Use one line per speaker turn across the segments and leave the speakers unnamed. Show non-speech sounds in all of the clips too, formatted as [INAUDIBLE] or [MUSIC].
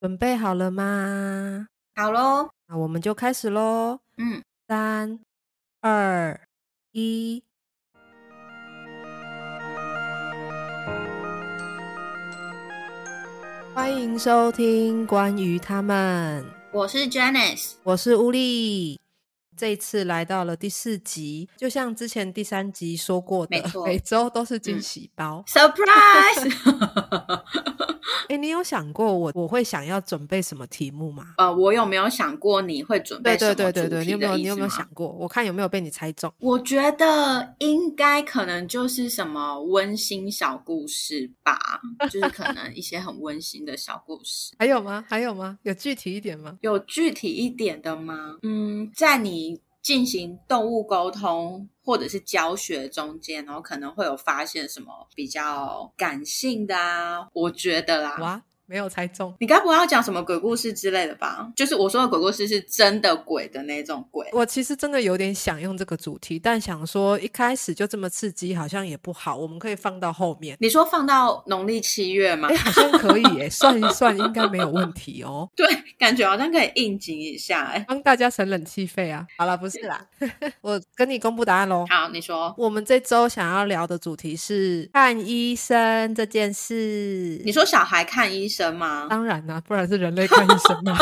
准备好了吗？
好喽，
那我们就开始喽！
嗯，
三、二、一，欢迎收听关于他们，
我是 Janice。
我是乌力。这一次来到了第四集，就像之前第三集说过的
没，错
每周都是惊
嗯
喜包。
Surprise！
哎、你有想过我我会想要准备什么题目吗？
[LAUGHS] 呃，我有没有想过你会准备
对
什么
对对对
主
对，你
题
有没有
的意
你有
思
没有
吗
想过？我看有没有被你猜中。
我觉得应该可能就是什么温馨小故事
[LAUGHS]
吧，就是可能一些很温馨的小故事。
还有吗？还有吗？有具体一点吗？
有具体一点的吗？嗯，在你进行动物沟通或者是教学中间，然后可能会有发现什么比较感性的啊，我觉得啦，
哇，没有猜中。
你该不会要讲什么鬼故事之类的吧？就是我说的鬼故事是真的鬼的那种鬼。
我其实真的有点想用这个主题，但想说一开始就这么刺激，好像也不好。我们可以放到后面，
你说放到农历七月吗 [LAUGHS]
哎，？好像可以耶，算一算应该没有问题哦，
对，感觉好像可以应景一下、哎，
帮大家省冷气费啊。好了，不是啦， [LAUGHS] 我跟你公布答案喽。
好，你说，
我们这周想要聊的主题是看医生这件事。
你说小孩看医生吗？ [LAUGHS]
当然啦、不然是人类看医生嘛。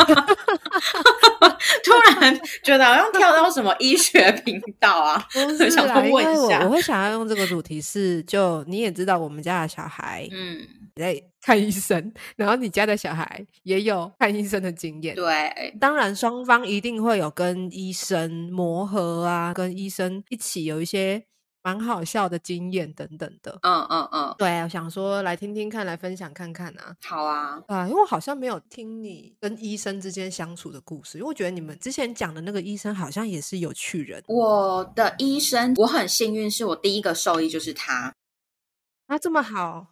突然觉得好像跳到什么医学频道啊？ [LAUGHS]
不是
想
啦，
说
因
问
为
一
我
下
我会想要用这个主题是，就你也知道我们家的小孩
嗯，
也在看医生， [LAUGHS] 然后你家的小孩也有看医生的经验。
对，
当然，双方一定会有跟医生磨合啊，跟医生一起有一些蛮好笑的经验等等的。
嗯嗯嗯，
对，我想说来听听看，来分享看看啊。
好啊，
啊，因为我好像没有听你跟医生之间相处的故事，因为我觉得你们之前讲的那个医生好像也是有趣人
我的医生，我很幸运，是我第一个兽医就是他。
啊，这么好，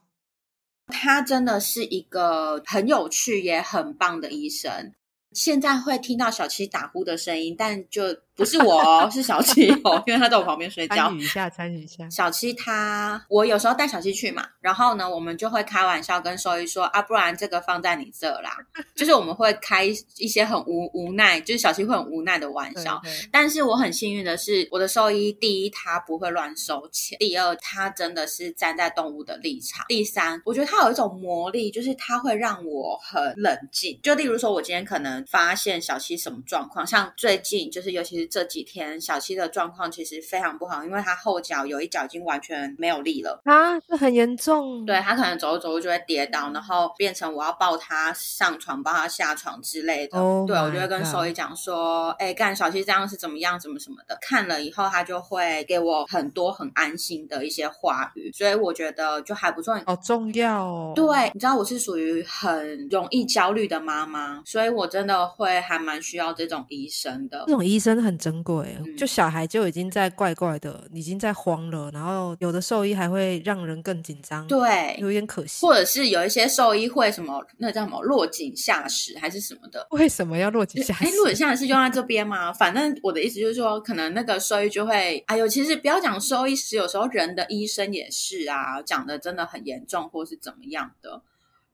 他真的是一个很有趣也很棒的医生。现在会听到小七打呼的声音，但就不是我哦，是小七哦，因为他在我旁边睡觉
参与。一下，参与一下。
小七他，我有时候带小七去嘛，然后呢，我们就会开玩笑跟兽医说啊，不然这个放在你这啦，就是我们会开一些很无无奈，就是小七会很无奈的
[LAUGHS]
玩
对
笑。
对
但是我很幸运的是，我的兽医第一他不会乱收钱，第二他真的是站在动物的立场，第三我觉得他有一种魔力，就是他会让我很冷静。就例如说，我今天可能发现小七什么状况，像最近就是尤其是这几天，小七的状况其实非常不好，因为他后脚有一脚已经完全没有力了。
啊，这很严重。
对，他可能走着走着就会跌倒，然后变成我要抱他上床、抱他下床之类的。
Oh
对，我就
my
会跟兽医
God
讲说：“哎、干小七这样是怎么样，怎么什么的。”看了以后，他就会给我很多很安心的一些话语，所以我觉得就还不错。
好重要哦。
对，你知道我是属于很容易焦虑的妈妈，所以我真的会还蛮需要这种医生的
这。种医生很珍贵，欸
嗯
就小孩就已经在怪怪的，已经在慌了，然后有的兽医还会让人更紧张，，
对，
有点可惜。
或者是有一些兽医会什么，那叫什么落井下石还是什么的，
[LAUGHS] 为什么要落井下
哎，
石？
鹿尾下是用在这边吗？反正我的意思就是说，可能那个兽医就会，哎呦，其实不要讲兽医师，有时候人的医生也是啊，讲的真的很严重，或是怎么样的，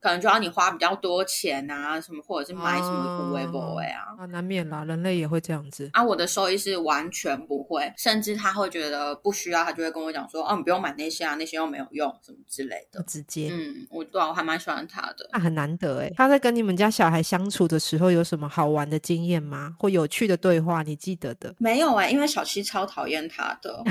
可能就要你花比较多钱啊，什么或者是买什么无为不为啊。
啊，难免啦，人类也会这样子。
啊，我的兽医是完全不会，甚至他会觉得不需要，他就会跟我讲说，哦，你不用买那些啊，那些又没有用，什么之类
不
的。
直接，
嗯，我对啊、我还蛮喜欢他的。
那很难得哎。他在跟你们家小孩相处的时候，有什么好玩的经验吗？或有趣的对话，你记得的？
没有哎、因为小七超讨厌他的，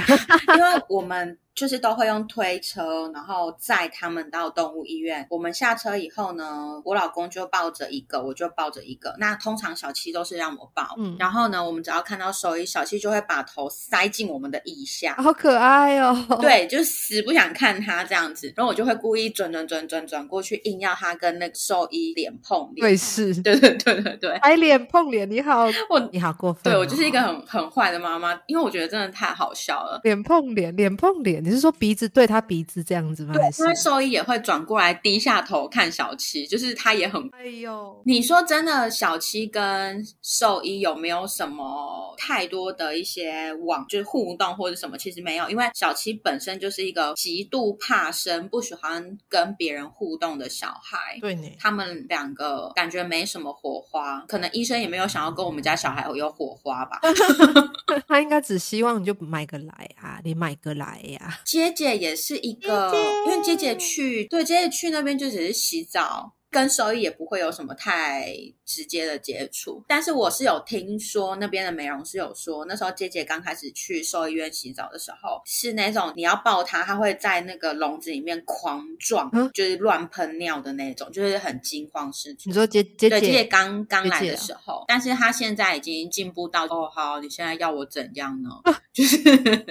因为我们就是都会用推车，然后载他们到动物医院。我们下车以后呢，我老公就抱着一个，我就抱着一个。那通常小七都是让我抱，
嗯
然后呢，我们只要看到兽医，小七就会把头塞进我们的腋下。
好可爱哦。
对，就是死不想看他这样子，然后我就会故意转转转转转过去，硬要他跟那个兽医脸碰脸。
对是，
[LAUGHS] 对对对对对，
挨脸碰脸，你好，
我
你好过分、哦
对我就是一个。很很坏的妈妈，因为我觉得真的太好笑了。
脸碰脸，脸碰脸，你是说鼻子对他鼻子这样子吗？
对
还，嗯是
因？为兽医也会转过来低下头看小七，就是他也很
哎呦，
你说真的，小七跟兽医有没有什么太多的一些网就是互动或者什么？其实没有，因为小七本身就是一个极度怕生、不喜欢跟别人互动的小孩。
对你
他们两个感觉没什么火花，可能医生也没有想要跟我们家小孩有火花吧。
他应该只希望你就买个来啊，你买个来啊呀、
姐姐也是一个，因为姐姐去对姐姐去那边就只是洗澡，跟兽医也不会有什么太直接的接触。但是我是有听说那边的美容师有说，那时候姐姐刚开始去兽医院洗澡的时候，是那种你要抱她，她会在那个笼子里面狂撞，
嗯
就是乱喷尿的那种，就是很惊慌失措
你。说姐姐
对，姐姐
姐，
刚刚
姐
来
姐
的
啊
时候，但是她现在已经进步到哦，好，你现在要我怎样呢？
啊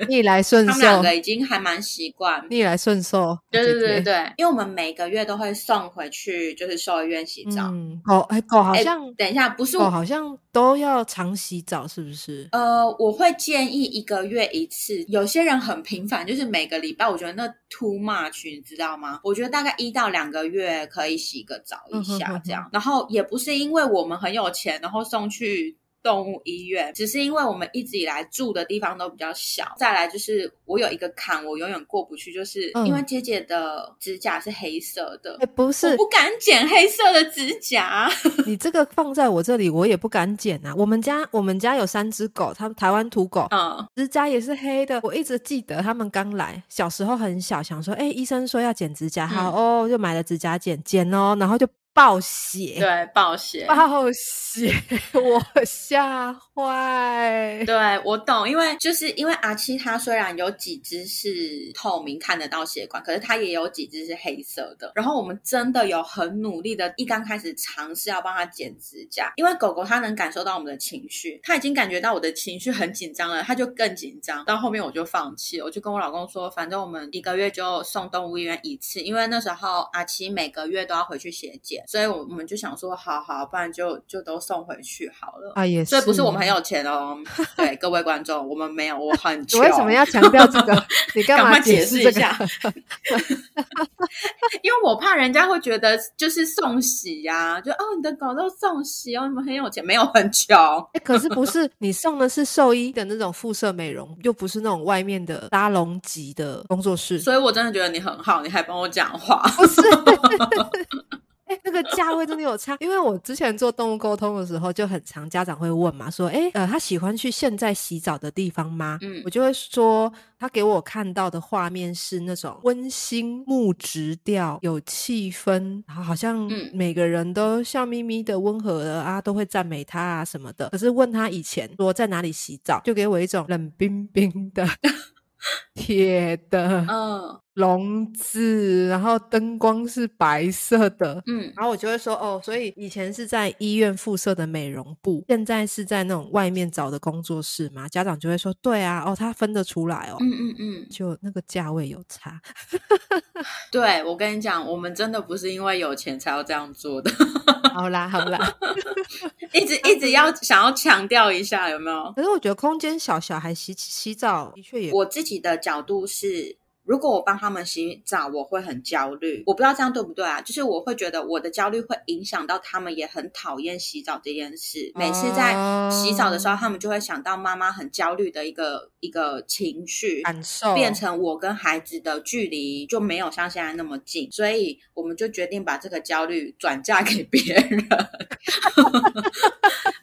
逆来顺
他们
受
两，个已经还蛮习惯，
逆来顺受，
对对
姐
对
姐
对，因为我们每个月都会送回去，就是兽医院洗澡。
嗯，狗哎狗好
哎
像
等一下，不是
狗
我，
好像都要常洗澡，是不是？
呃，我会建议一个月一次。有些人很频繁，就是每个礼拜，我觉得那 too much，你知道吗？我觉得大概一到两个月可以洗个澡一
嗯哼哼
下
哼
这样。然后也不是因为我们很有钱，然后送去。动物医院，只是因为我们一直以来住的地方都比较小。再来就是我有一个坎，我永远过不去，就是
嗯
因为姐姐的指甲是黑色的，
哎，不
我
是，
不敢剪黑色的指甲。
你这个放在我这里，我也不敢剪啊。我们家我们家有三只狗，它们台湾土狗，
[LAUGHS] 嗯，
指甲也是黑的。我一直记得它们刚来，小时候很小，想说，哎、医生说要剪指甲，好、
嗯
哦，就买了指甲剪，剪哦，然后就爆血，
对，暴血。
爆血， [LAUGHS] 我吓坏。
对，我懂，因为就是因为阿七它虽然有几只是透明看得到血管，可是它也有几只是黑色的。然后我们真的有很努力的，一刚开始尝试要帮它剪指甲，因为狗狗它能感受到我们的情绪，它已经感觉到我的情绪很紧张了，它就更紧张。到后面我就放弃了，我就跟我老公说，反正我们一个月就送动物医院一次，因为那时候阿七每个月都要回去血检，所以我们就想说，好好，不然就就都送回去好了。
啊，也是，
所以不是我们很有钱哦，对各位观众，我们没有，我很
你
穷。
为什么要强调这
[LAUGHS]
个？你干
赶
嘛
快解
释
释
这
一
个？
下 [LAUGHS] 因为我怕人家会觉得就是送洗呀、就哦你的狗都送洗哦，你们很有钱，没有很穷。
欸 [LAUGHS] 可是不是你送的是兽医的那种附设美容，又不是那种外面的沙龙级的工作室，
所以我真的觉得你很好，你还帮我讲话。
不
[LAUGHS]
是。哎、那个价位真的有差，因为我之前做动物沟通的时候，就很常家长会问嘛，说，哎、呃，他喜欢去现在洗澡的地方吗？
嗯
我就会说，他给我看到的画面是那种温馨木质调，有气氛，然后好像
嗯
每个人都笑眯眯的、温和的啊，都会赞美他啊什么的。可是问他以前说在哪里洗澡，就给我一种冷冰冰的 [LAUGHS] 铁的
嗯
笼子，然后灯光是白色的。
嗯，
然后我就会说哦，所以以前是在医院附设的美容部，现在是在那种外面找的工作室嘛？家长就会说对啊，哦，他分得出来哦，
嗯嗯嗯，
就那个价位有
[LAUGHS]
差。
对我跟你讲，我们真的不是因为有钱才要这样做的， [LAUGHS]
好啦，好啦，
一直一直要想要强调一下，有没有？
可是我觉得空间小，小孩洗洗澡的确也
我自己的角度是，如果我帮他们洗澡，我会很焦虑。我不知道这样对不对啊？就是我会觉得我的焦虑会影响到他们，也很讨厌洗澡这件事。每次在洗澡的时候，他们就会想到妈妈很焦虑的一个一个情绪。
感受
变成我跟孩子的距离就没有像现在那么近，所以我们就决定把这个焦虑转嫁给别人。 [LAUGHS]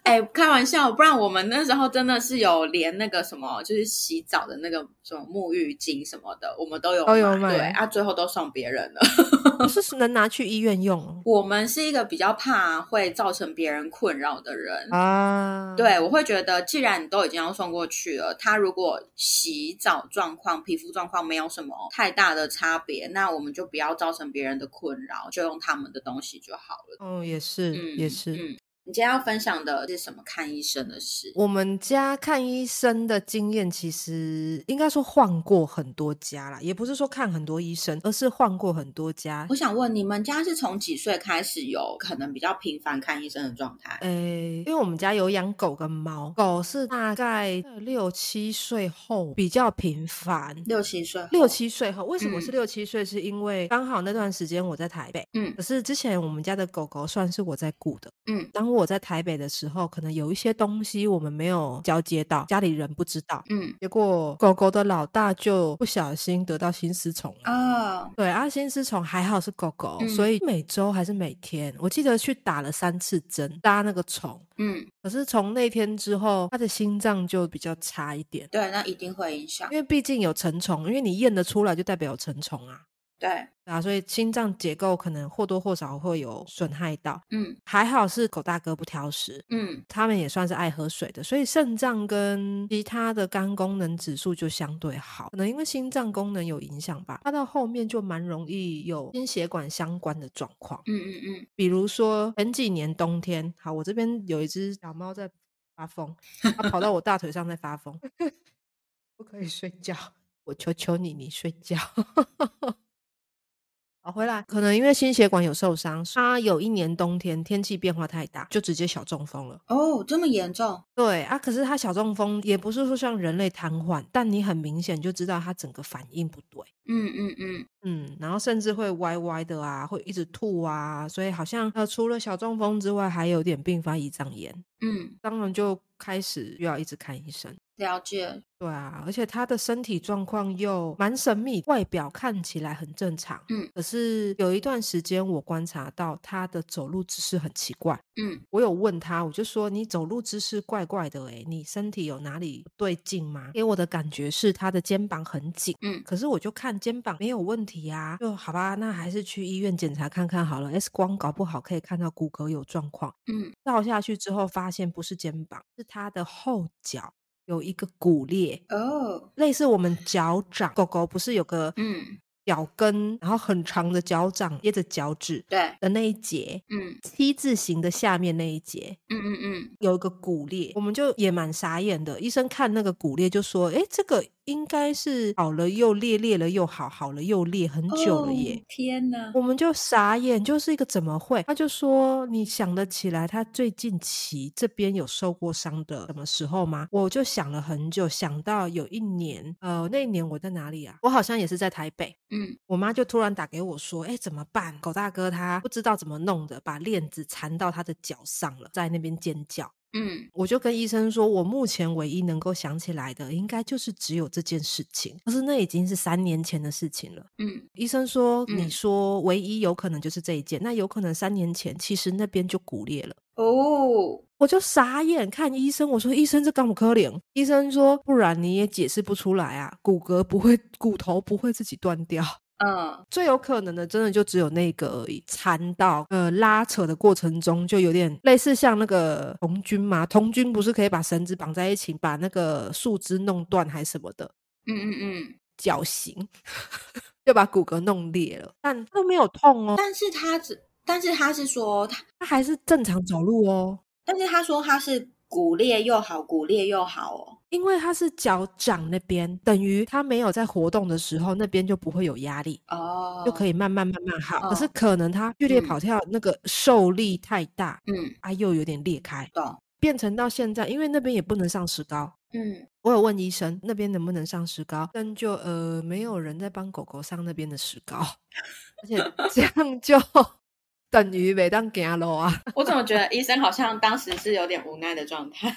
哎、开玩笑，不然我们那时候真的是有连那个什么，就是洗澡的那个什么沐浴巾什么的，我们都有
都有买
对啊，最后都送别人了。 [LAUGHS]
不是能拿去医院用哦
我们是一个比较怕会造成别人困扰的人。
啊，，
对，我会觉得，既然你都已经要送过去了，他如果洗澡状况、皮肤状况没有什么太大的差别，那我们就不要造成别人的困扰，就用他们的东西就好了。
哦，也是，
嗯，
也是。
嗯。你今天要分享的是什么看医生的事？
我们家看医生的经验，其实应该说换过很多家啦，也不是说看很多医生，而是换过很多家
我。想问你们家是从几岁开始有可能比较频繁看医生的状态？
诶，因为我们家有养狗跟猫，狗是大概六七岁后比较频繁，
六七岁后，
六七岁后，为什么
嗯
是六七岁？是因为刚好那段时间我在台北，
嗯
可是之前我们家的狗狗算是我在顾的，
嗯，
当我在台北的时候，可能有一些东西我们没有交接到，家里人不知道，
嗯
结果狗狗的老大就不小心得到心丝虫了。
哦，
对，啊，心丝虫还好是狗狗，
嗯
所以每周还是每天，我记得去打了三次针搭那个虫。
嗯，
可是从那天之后，它的心脏就比较差一点，
对，那一定会影响
因，为毕竟有成虫，因为你验得出来就代表有成虫啊。
对，
对啊，所以心脏结构可能或多或少会有损害到。
嗯
还好是狗大哥不挑食，
嗯
他们也算是爱喝水的，所以肾脏跟其他的肝功能指数就相对好。可能因为心脏功能有影响吧，它到后面就蛮容易有心血管相关的状况。
嗯嗯嗯，
比如说前几年冬天，好，我这边有一只小猫在发疯，它跑到我大腿上在发疯， [LAUGHS] 不可以睡觉，我求求你，你睡觉。 [LAUGHS] 好，回来，可能因为心血管有受伤，它有一年冬天天气变化太大，就直接小中风了。
哦，这么严重，
对啊，可是它小中风也不是说像人类瘫痪，但你很明显就知道它整个反应不对。
嗯嗯嗯，
嗯，然后甚至会歪歪的啊，会一直吐啊，所以好像呃，除了小中风之外，还有点并发胰脏炎，
嗯，
当然就开始又要一直看医生。
了解，
对啊，而且他的身体状况又蛮神秘，外表看起来很正常，
嗯，
可是有一段时间我观察到他的走路姿势很奇怪，
嗯
我有问他，我就说你走路姿势怪怪的、欸，你身体有哪里不对劲吗？给我的感觉是他的肩膀很紧。
嗯
可是我就看肩膀没有问题啊，就好吧，那还是去医院检查看看好了。X 光搞不好可以看到骨骼有状况，
嗯，
照下去之后发现不是肩膀，是他的后脚有一个骨裂，
哦，
类似我们脚掌，狗狗不是有个
嗯，
脚跟，然后很长的脚掌接着脚趾
对，
的那一节。
嗯
七字形的下面那一节
嗯嗯嗯，
有一个骨裂，我们就也蛮傻眼的。医生看那个骨裂就说：“诶，这个应该是好了又裂，裂了又好，好了又裂，很久了耶。
哦天哪，
我们就傻眼，就是一个怎么会？他就说你想得起来，他最近期这边有受过伤的什么时候吗？我就想了很久，想到有一年，呃，那一年我在哪里啊？我好像也是在台北。
嗯
我妈就突然打给我说：“哎，怎么办？狗大哥他不知道怎么弄的，把链子缠到他的脚上了，在那边尖叫。”
嗯
我就跟医生说，我目前唯一能够想起来的，应该就是只有这件事情。可是那已经是三年前的事情了。
嗯
医生说，
嗯
你说唯一有可能就是这一件，那有可能三年前其实那边就骨裂了。
哦，
我就傻眼看医生，我说医生这干不可怜。医生说，不然你也解释不出来啊，骨骼不会，骨头不会自己断掉。
嗯
最有可能的，真的就只有那个而已。缠到呃拉扯的过程中，就有点类似像那个童军嘛，童军不是可以把绳子绑在一起，把那个树枝弄断还什么的，
嗯嗯嗯，
绞刑 [LAUGHS] 就把骨骼弄裂了，但都没有痛哦，
但是他只，但是他是说他。
他还是正常走路哦。
但是他说他是骨裂又好，骨裂又好哦。
因为他是脚掌那边，等于他没有在活动的时候，那边就不会有压力，
哦，
就可
以，
以慢慢慢慢好。可是
哦
可能他剧烈
嗯
跑跳那个受力太大，
嗯，
啊又有点裂开，
懂，
变成到现在，因为那边也不能上石膏。
嗯
我有问医生那边能不能上石膏，但就呃没有人在帮狗狗上那边的石膏，而且这样就 [LAUGHS] 等于每当给他喽啊。
[LAUGHS] 我怎么觉得医生好像当时是有点无奈的状态？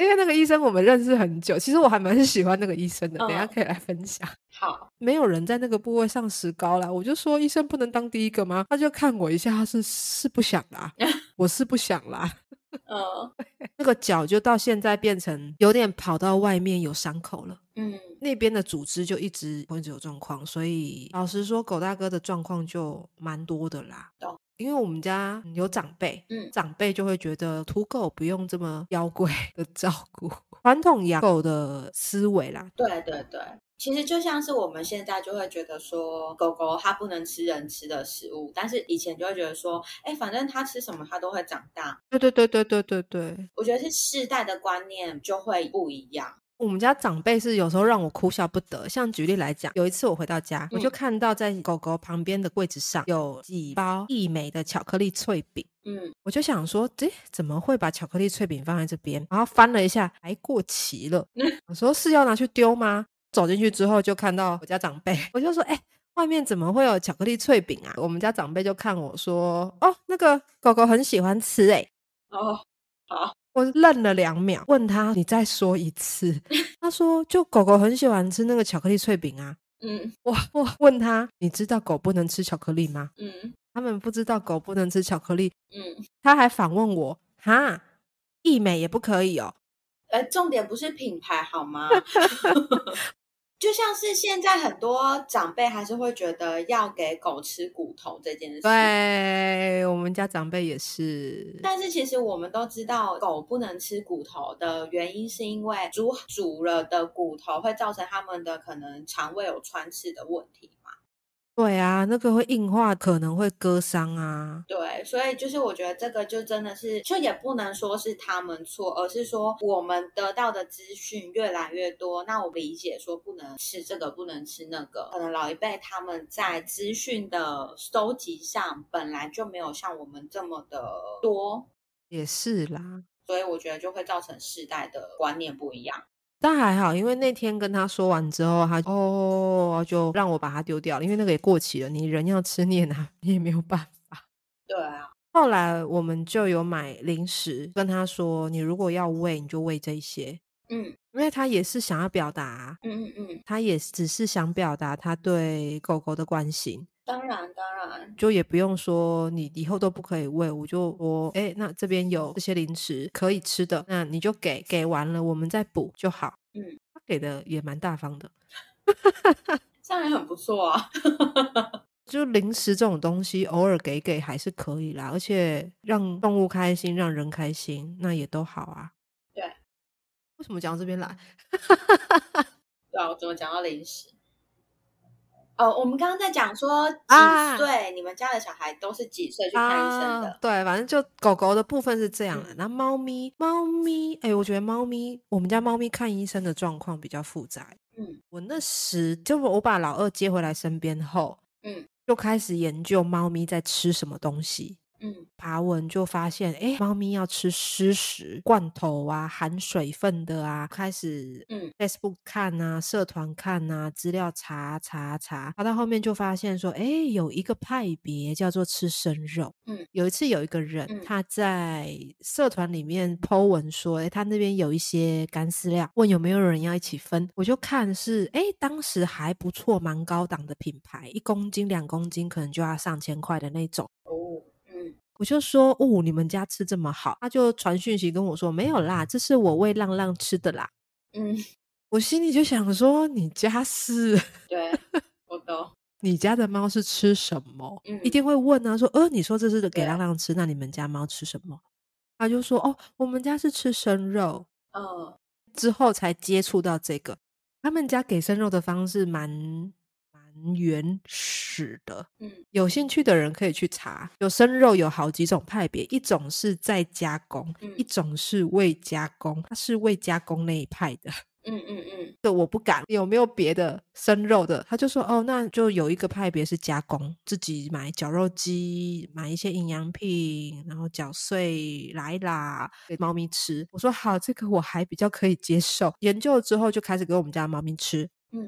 因为那个医生我们认识很久，其实我还蛮喜欢那个医生的，等一下
嗯
可以来分享。
好，
没有人在那个部位上石膏啦，我就说医生不能当第一个吗？他就看我一下，他是是不想啦，我是不想啦。
[LAUGHS] 嗯
那个脚就到现在变成有点跑到外面有伤口了。
嗯
那边的组织就一直一直有状况，所以老实说，狗大哥的状况就蛮多的啦
懂。
因为我们家有长辈，
嗯
长辈就会觉得土狗不用这么妖怪 [LAUGHS] 的照顾，传统养狗的思维啦，
对对对，其实就像是我们现在就会觉得说，狗狗它不能吃人吃的食物，但是以前就会觉得说，哎，反正它吃什么它都会长大。
对对对对对对对，
我觉得是世代的观念就会不一样。
我们家长辈是有时候让我哭笑不得。像举例来讲，有一次我回到家，我就
嗯
看到在狗狗旁边的柜子上有几包益美的巧克力脆饼。
嗯，
我就想说，诶，怎么会把巧克力脆饼放在这边？然后翻了一下，还过期了。我说是要拿去丢吗？走进去之后就看到我家长辈，我就说，诶，外面怎么会有巧克力脆饼啊？我们家长辈就看我说，哦，那个狗狗很喜欢吃、诶。
哦，
我愣了两秒，问他：“你再说一次。”他说：“就狗狗很喜欢吃那个巧克力脆饼啊。
嗯
我”我问他：“你知道狗不能吃巧克力吗
嗯？”
他们不知道狗不能吃巧克力，
嗯，
他还反问我：“哈，益美也不可以哦
呃，重点不是品牌好吗？ [LAUGHS] 就像是现在很多长辈还是会觉得要给狗吃骨头这件？”事，
对我们家长辈也是，
但是其实我们都知道，狗不能吃骨头的原因是因为煮煮了的骨头会造成它们的可能肠胃有穿刺的问题嘛。
对啊，那个会硬化，可能会割伤啊。
对，所以就是我觉得这个就真的是，就也不能说是他们错，而是说我们得到的资讯越来越多，那我理解说不能吃这个，不能吃那个，可能老一辈他们在资讯的收集上本来就没有像我们这么的多，
也是啦，
所以我觉得就会造成世代的观念不一样。
但还好，因为那天跟他说完之后，他哦就让我把它丢掉了，因为那个也过期了，你人要吃，你也拿，你也没有办法。
对啊，
后来我们就有买零食，跟他说，你如果要喂，你就喂这一些，
嗯
因为他也是想要表达，
嗯嗯嗯，
他也只是想表达他对狗狗的关心，
当然当然，
就也不用说你以后都不可以喂，我就说，哎，那这边有这些零食可以吃的，那你就给，给完了我们再补就好。
嗯，
他给的也蛮大方的。
这样也很不错啊。 [LAUGHS]
就零食这种东西，偶尔给给还是可以啦，而且让动物开心，让人开心，那也都好啊。
对，
为什么讲到这边来？
对啊，我怎么讲到零食？哦，我们刚刚在讲说几
啊
岁，你们家的小孩都是几岁去看医生的？
对，反正就狗狗的部分是这样的
嗯。
那、猫咪，猫咪，哎、我觉得猫咪，我们家猫咪看医生的状况比较复杂。
嗯，
我那时就我把老二接回来身边后，
嗯，
就开始研究猫咪在吃什么东西。
嗯
爬文就发现，哎，猫咪要吃湿食、罐头啊、含水分的啊，开始
嗯
Facebook 看啊、社团看啊、资料查查查，查到后面就发现说，哎，有一个派别叫做吃生肉。
嗯，
有一次有一个人、
嗯
他在社团里面 po 文说，哎，他那边有一些干饲料，问有没有人要一起分，我就看是，哎，当时还不错，蛮高档的品牌，一公斤、两公斤可能就要上千块的那种。
哦，嗯
我就说哦，你们家吃这么好，他就传讯息跟我说没有啦，这是我喂浪浪吃的啦。
[LAUGHS] 嗯，
我心里就想说，你家是 [LAUGHS]
对，我懂。
你家的猫是吃什么？
嗯
一定会问啊，说呃，你说这是给
对
浪浪吃，那你们家猫吃什么？他就说哦，我们家是吃生肉，
嗯，
之后才接触到这个。他们家给生肉的方式蛮蛮原始的，
嗯，
有兴趣的人可以去查，有生肉有好几种派别，一种是在加工，
嗯
一种是未加工，它是未加工那一派的。
嗯嗯嗯，
这我不敢，有没有别的生肉的？他就说哦，那就有一个派别是加工，自己买绞肉机，买一些营养品，然后绞碎来啦给猫咪吃。我说好，这个我还比较可以接受。研究之后就开始给我们家的猫咪吃。
嗯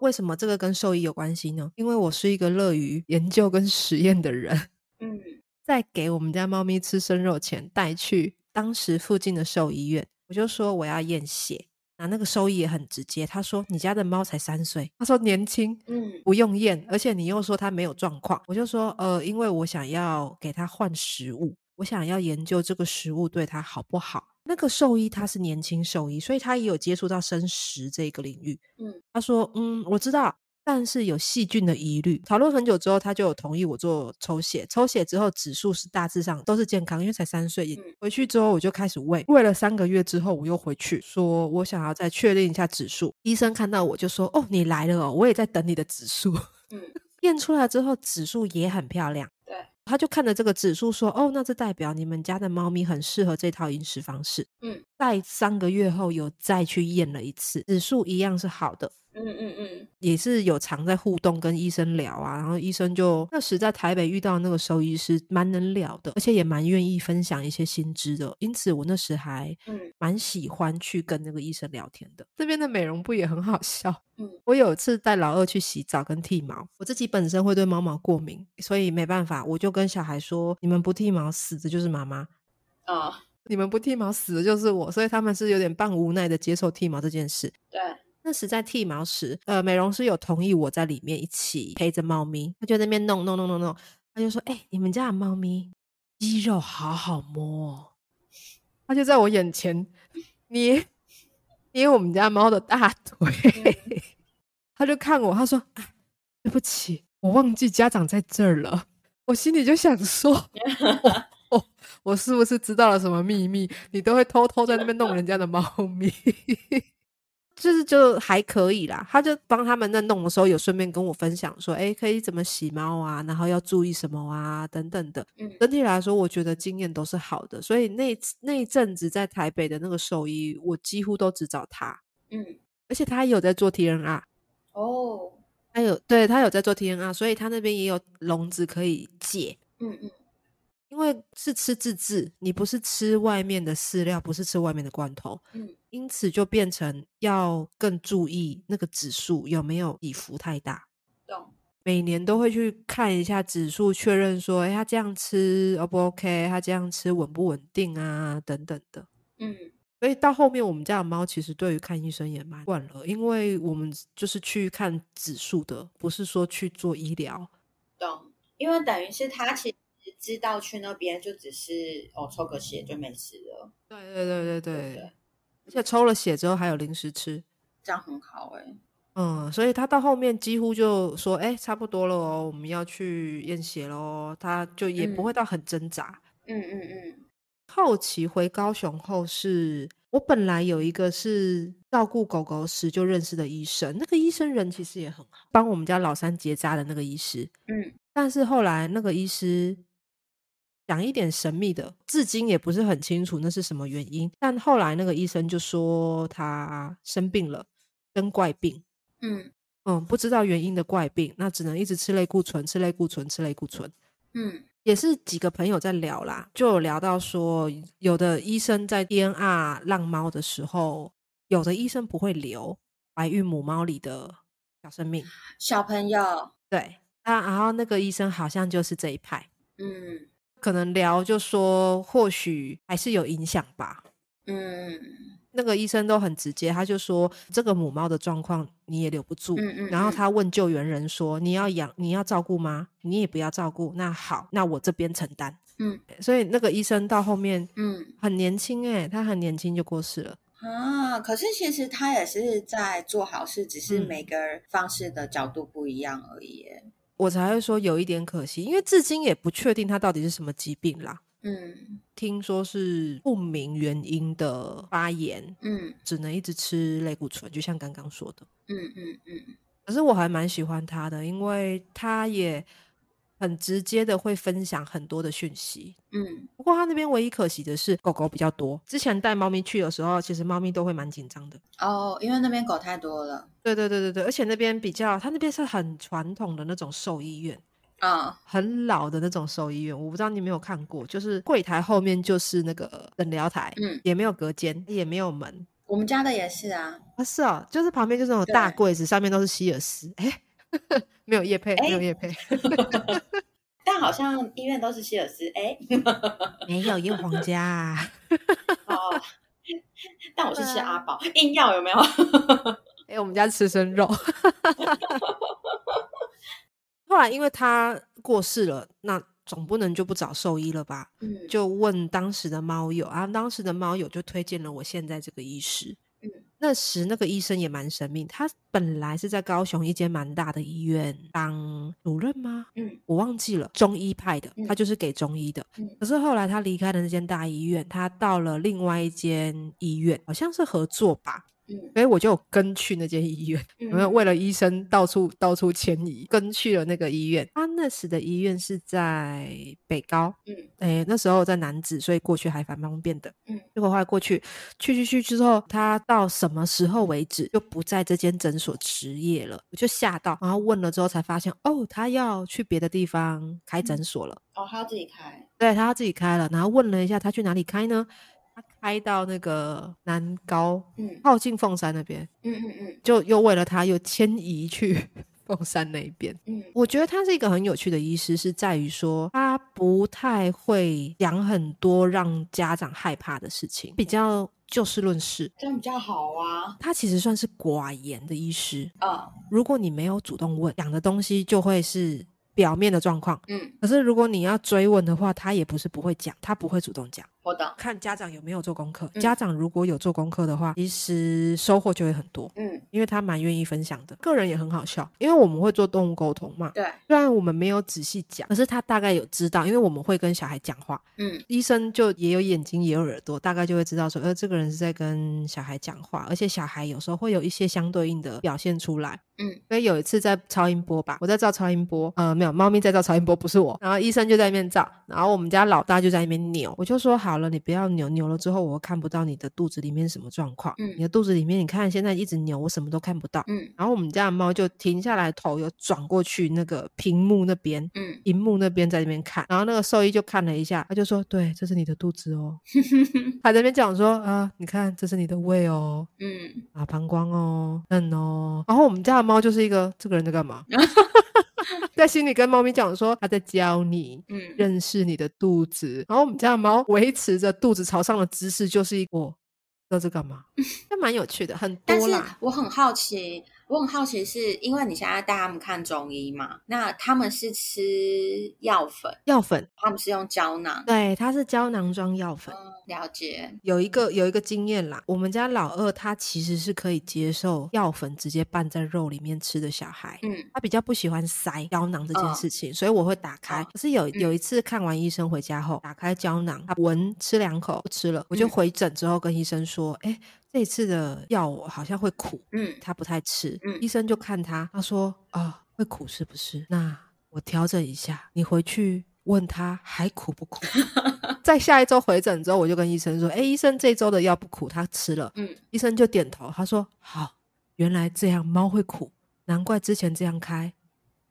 为什么这个跟兽医有关系呢？因为我是一个乐于研究跟实验的人，
嗯
在给我们家猫咪吃生肉前带去当时附近的兽医院，我就说我要验血。那那个兽医也很直接，他说你家的猫才三岁，他说年轻。
嗯
不用验，而且你又说它没有状况，我就说，呃，因为我想要给它换食物，我想要研究这个食物对它好不好。那个兽医他是年轻兽医，所以他也有接触到生食这个领域。
嗯，
他说，嗯，我知道，但是有细菌的疑虑。讨论很久之后，他就有同意我做抽血。抽血之后，指数是大致上都是健康，因为才三岁。也
嗯
回去之后，我就开始喂，喂了三个月之后，我又回去说，我想要再确定一下指数。医生看到我就说：“哦，你来了哦，我也在等你的指数。”
嗯，
验出来之后，指数也很漂亮。
对，
他就看着这个指数说：“哦，那这代表你们家的猫咪很适合这套饮食方式。”
嗯，
在三个月后有再去验了一次，指数一样是好的。
嗯嗯嗯，
也是有常在互动跟医生聊啊，然后医生就那时在台北遇到那个兽医师，蛮能聊的，而且也蛮愿意分享一些新知的，因此我那时还
嗯
蛮喜欢去跟那个医生聊天的。这边的美容部也很好笑，
嗯
[LAUGHS] 我有一次带老二去洗澡跟剃毛，我自己本身会对猫毛过敏，所以没办法，我就跟小孩说，你们不剃毛死的就是妈妈。
啊、
你们不剃毛死的就是我，所以他们是有点半无奈的接受剃毛这件事。
对，
那时在剃毛时，呃，美容师有同意我在里面一起陪着猫咪，他就在那边弄弄弄弄弄，他就说：“哎、你们家的猫咪肌肉好好摸、哦。”他就在我眼前捏捏我们家猫的大腿， [LAUGHS] 他就看我，他说、啊：“对不起，我忘记家长在这儿了。”我心里就想说哦：“哦，我是不是知道了什么秘密？你都会偷偷在那边弄人家的猫咪？” [LAUGHS] 就是就还可以啦，他就帮他们在弄的时候，有顺便跟我分享说，哎，可以怎么洗猫啊，然后要注意什么啊，等等的。
嗯
整体来说，我觉得经验都是好的，所以那一次那一阵子在台北的那个兽医，我几乎都只找他，
嗯，
而且他也有在做 TNR，
哦，
他有对他有在做 TNR，所以他那边也有笼子可以解，
嗯嗯
因为是吃自制，你不是吃外面的饲料，不是吃外面的罐头，
嗯
因此就变成要更注意那个指数有没有起伏太大。
懂，
每年都会去看一下指数，确认说，哎，他这样吃 O 不 OK？他这样吃稳不稳定啊？等等的。
嗯
所以到后面，我们家的猫其实对于看医生也蛮惯了，因为我们就是去看指数的，不是说去做医疗。
懂，因为等于是他其实知道去那边就只是哦抽个血就没事了，
对对对对
对
对
对，
而且抽了血之后还有零食吃。
这样很好哎、
嗯，所以他到后面几乎就说：“哎、差不多了哦，我们要去验血喽。”他就也不
嗯
会到很挣扎。
嗯嗯嗯，
后期回高雄后是，我本来有一个是照顾狗狗时就认识的医生，那个医生人其实也很好，帮我们家老三结扎的那个医师。
嗯，
但是后来那个医师讲一点神秘的，至今也不是很清楚那是什么原因。但后来那个医生就说他生病了，生怪病。
嗯
嗯，不知道原因的怪病，那只能一直吃类固醇，吃类固醇，吃类固醇。
嗯
也是几个朋友在聊啦，就有聊到说，有的医生在 DNR 浪猫的时候，有的医生不会留怀孕母猫里的小生命，
小朋友，
对，那然后那个医生好像就是这一派，
嗯
可能聊就说或许还是有影响吧。
嗯
那个医生都很直接，他就说这个母猫的状况你也留不住，
嗯嗯，
然后
嗯
他问救援人说：“你要养，你要照顾吗？你也不要照顾。那好，那我这边承担。”
嗯，
所以那个医生到后面
嗯
很年轻诶、他很年轻就过世了。
啊，可是其实他也是在做好事，只是
嗯
每个人方式的角度不一样而已欸耶。
我才会说有一点可惜，因为至今也不确定他到底是什么疾病啦。
嗯
听说是不明原因的发炎，
嗯
只能一直吃类固醇，就像刚刚说的。
嗯嗯嗯
可是我还蛮喜欢他的，因为他也很直接的会分享很多的讯息，
嗯
不过他那边唯一可惜的是，狗狗比较多。之前带猫咪去的时候，其实猫咪都会蛮紧张的。
哦，因为那边狗太多了
对对对对对，而且那边比较，他那边是很传统的那种兽医院，
啊、
很老的那种兽医院。我不知道你有没有看过，就是柜台后面就是那个诊疗台，
嗯，
也没有隔间，也没有门。
我们家的也是啊。
啊，是哦，就是旁边就是那种大
对
柜子，上面都是希尔斯。哎， [LAUGHS] 没有叶配，没有
哎
叶配，
但好像医院都是希尔斯，哎，
没有有皇家、啊。
哦，但我是吃
对啊
阿宝， [LAUGHS] 硬要有没有？
哎、我们家吃生肉。 [LAUGHS] 后来因为他过世了，那总不能就不找兽医了吧？
嗯，
就问当时的猫友啊，当时的猫友就推荐了我现在这个医师。
嗯，
那时那个医生也蛮神秘，他本来是在高雄一间蛮大的医院当主任吗？
嗯，
我忘记了，中医派的，他
嗯
就是给中医的。
嗯
可是后来他离开了那间大医院，他到了另外一间医院，好像是合作吧。
嗯
所以我就有跟去那间医院， [LAUGHS]
嗯，
因为为了医生到处到处迁移，跟去了那个医院。他那时的医院是在北高，
嗯，
哎，那时候在南子，所以过去还蛮方便的。
嗯，
结果后来过去，去去去之后，他到什么时候为止就不在这间诊所执业了，我就吓到，然后问了之后才发现，哦，他要去别的地方开诊所了。
哦，他要自己开，
对他要自己开了，然后问了一下他去哪里开呢？他开到那个南高，
嗯
靠近凤山那边。
嗯嗯嗯
就又为了他又迁移去 [LAUGHS] 凤山那边。
嗯
我觉得他是一个很有趣的医师，是在于说他不太会讲很多让家长害怕的事情，比较就事论事。
这样比较好啊，
他其实算是寡言的医师。
啊，
如果你没有主动问，讲的东西就会是表面的状况。
嗯，
可是如果你要追问的话，他也不是不会讲，他不会主动讲。
我懂，
看家长有没有做功课，
嗯
家长如果有做功课的话，其实收获就会很多。
嗯，
因为他蛮愿意分享的，个人也很好笑，因为我们会做动物沟通嘛。
对，
虽然我们没有仔细讲，可是他大概有知道，因为我们会跟小孩讲话，
嗯
医生就也有眼睛也有耳朵，大概就会知道说，呃，这个人是在跟小孩讲话，而且小孩有时候会有一些相对应的表现出来。
嗯，
所以有一次在超音波吧，我在照超音波，呃，没有，猫咪在照超音波，不是我。然后医生就在那边照，然后我们家老大就在那边扭，我就说好了，你不要扭，扭了之后我看不到你的肚子里面什么状况。
嗯
你的肚子里面，你看现在一直扭，我什么都看不到。
嗯
然后我们家的猫就停下来，头又转过去那个屏幕那边，
嗯，
荧幕那边在那边看，然后那个兽医就看了一下，他就说：“对，这是你的肚子哦。”他在那边讲说：“啊，你看，这是你的胃哦，
嗯，
啊，膀胱哦，嗯哦。”然后我们家的猫就是一个，这个人在干嘛？ [LAUGHS] 在心里跟猫咪讲说，他在教你
嗯，
认识你的肚子。然后我们家的猫维持着肚子朝上的姿势，就是一我这是干
[LAUGHS]
嘛？那蛮有趣的，很
但
多
是
啦。
我很好奇，我很好奇是因为你现在带他们看中医嘛？那他们是吃药粉，
药粉，
他们是用胶囊？
对，它是胶囊装药粉。
嗯，了解。
有一个有一个经验啦，我们家老二他其实是可以接受药粉直接拌在肉里面吃的小孩。
嗯
他比较不喜欢塞胶囊这件
嗯
事情，所以我会打开。
嗯
可是有
嗯
有一次看完医生回家后，打开胶囊，他闻吃两口不吃了，我就
嗯
回诊之后跟医生说：“哎、这一次的药我好像会苦，
嗯
他不太吃。
嗯
医生就看他，他说：“啊、会苦是不是？那我调整一下，你回去问他还苦不苦。”
[LAUGHS]
在下一周回诊之后，我就跟医生说：“哎、医生，这周的药不苦，他吃了。”
嗯
医生就点头，他说：“好，原来这样猫会苦，难怪之前这样开，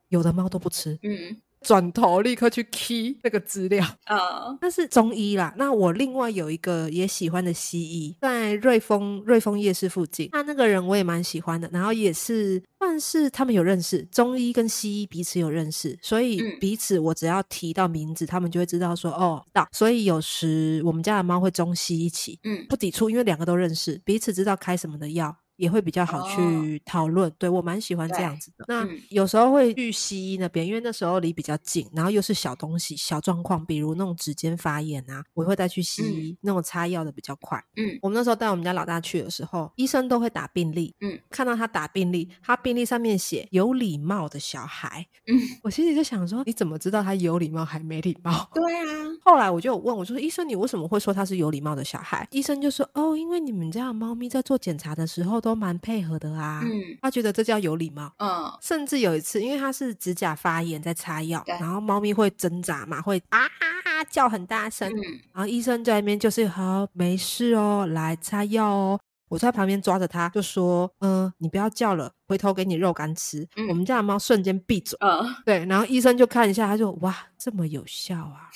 有的猫都不吃。”
嗯
转头立刻去 key 那个资料，
呃
那是中医啦。那我另外有一个也喜欢的西医，在瑞丰瑞丰夜市附近。那那个人我也蛮喜欢的，然后也是算是他们有认识，中医跟西医彼此有认识，所以
嗯
彼此我只要提到名字，他们就会知道说哦，知道。所以有时我们家的猫会中西一起，
嗯
不抵触，因为两个都认识，彼此知道开什么的药。也会比较好
哦
去讨论，对我蛮喜欢这
对
样子的。那
嗯
有时候会去西医那边，因为那时候离比较近，然后又是小东西、小状况，比如那种指尖发炎啊，我会带去西
嗯
医，那种擦药的比较快。
嗯
我们那时候带我们家老大去的时候，医生都会打病历，
嗯，
看到他打病历，他病历上面写有礼貌的小孩，
嗯，
我心里就想说，你怎么知道他有礼貌还没礼貌？
对啊，
后来我就有问我说：“医生，你为什么会说他是有礼貌的小孩？”医生就说：“哦，因为你们家的猫咪在做检查的时候都蛮配合的啊，
嗯
他觉得这叫有礼貌。”
嗯
甚至有一次，因为它是指甲发炎在擦药，
对
然后猫咪会挣扎嘛，会啊啊啊叫很大声，
嗯
然后医生在那边就是好没事哦，来擦药哦。我在旁边抓着它，就说：“嗯、你不要叫了，回头给你肉干吃。
嗯
我们家的猫瞬间闭嘴。
呃
对，然后医生就看一下，他就哇，这么有效啊！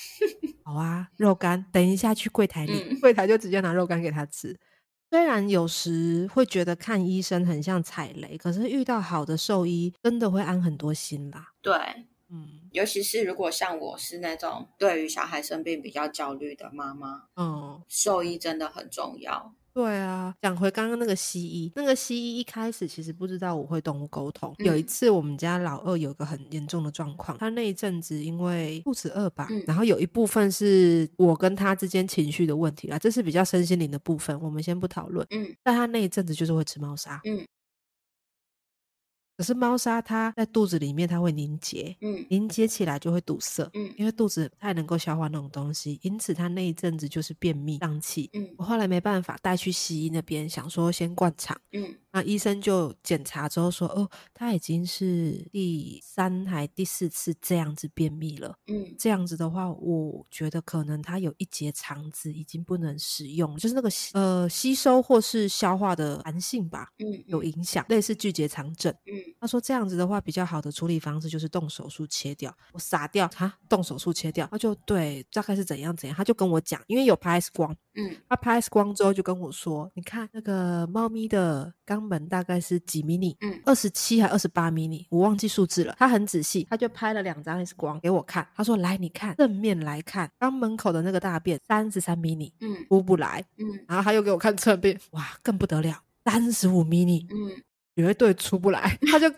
好啊，肉干，等一下去柜台领，
嗯
柜台就直接拿肉干给他吃。虽然有时会觉得看医生很像踩雷，可是遇到好的兽医，真的会安很多心啦。
对，
嗯
尤其是如果像我是那种对于小孩生病比较焦虑的妈妈，
哦，
兽医真的很重要。
对啊，讲回刚刚那个西医，那个西医一开始其实不知道我会动物沟通。有一
嗯
次我们家老二有一个很严重的状况，他那一阵子因为肚子饿吧，
嗯
然后有一部分是我跟他之间情绪的问题啦，这是比较身心灵的部分，我们先不讨论。
嗯
但他那一阵子就是会吃猫砂，
嗯，
可是猫砂它在肚子里面它会凝结，
嗯
凝结起来就会堵塞，
嗯
因为肚子不太能够消化那种东西，因此他那一阵子就是便秘、胀气。
嗯
我后来没办法带去西医那边，想说先灌肠。
嗯
那医生就检查之后说，哦，他已经是第三还第四次这样子便秘了。
嗯
这样子的话，我觉得可能他有一节肠子已经不能使用了，就是那个吸呃吸收或是消化的弹性吧
嗯，
有影响，类似巨结肠症。
嗯
他说这样子的话，比较好的处理方式就是动手术切掉，我傻掉哈，动手术切掉，他就对，大概是怎样怎样，他就跟我讲，因为有拍 X 光，
嗯
他拍 X 光之后就跟我说，你看那个猫咪的肛门大概是几迷你，
嗯
二十七还二十八迷你，我忘记数字了。他很仔细，他就拍了两张 X 光给我看，他说来你看正面来看，肛门口的那个大便三十三迷你
嗯
出不来，
嗯
然后他又给我看侧面，哇，更不得了，三十五迷你
嗯
绝对出不来， [LAUGHS] 他就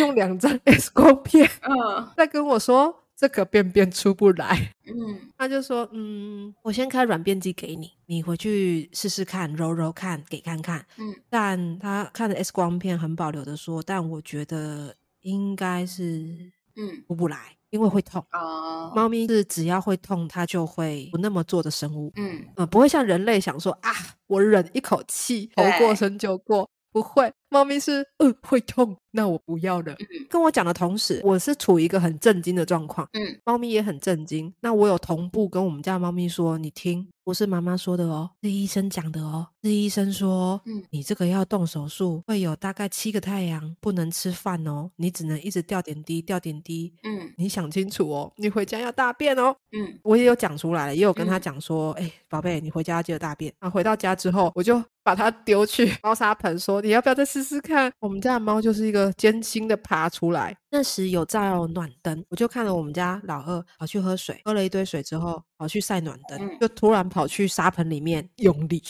用两张 X 光片
嗯
在跟我说这个便便出不来，
嗯
他就说嗯，我先开软便剂给你，你回去试试看，揉揉看，给看看。
嗯
但他看了 X 光片，很保留的说，但我觉得应该是
嗯
出不来，因为会痛。
哦，
猫咪是只要会痛，它就会不那么做的生物。
嗯
呃，不会像人类想说啊，我忍一口气，头过
对
身就过，不会。猫咪是呃会痛，那我不要了。
嗯
跟我讲的同时，我是处于一个很震惊的状况，
嗯
猫咪也很震惊。那我有同步跟我们家的猫咪说，你听，不是妈妈说的哦，是医生讲的哦，是医生说，
嗯
你这个要动手术，会有大概七个太阳，不能吃饭哦，你只能一直吊点滴，吊点滴。
嗯
你想清楚哦，你回家要大便哦。
嗯
我也有讲出来了，也有跟他
嗯
讲说，哎、宝贝，你回家要记得大便。啊，回到家之后，我就把它丢去 [LAUGHS] 猫砂盆，说你要不要再试试看？我们家的猫就是一个艰辛的爬出来。那时有照暖灯，我就看了我们家老二跑去喝水，喝了一堆水之后跑去晒暖灯，
嗯
就突然跑去沙盆里面用力，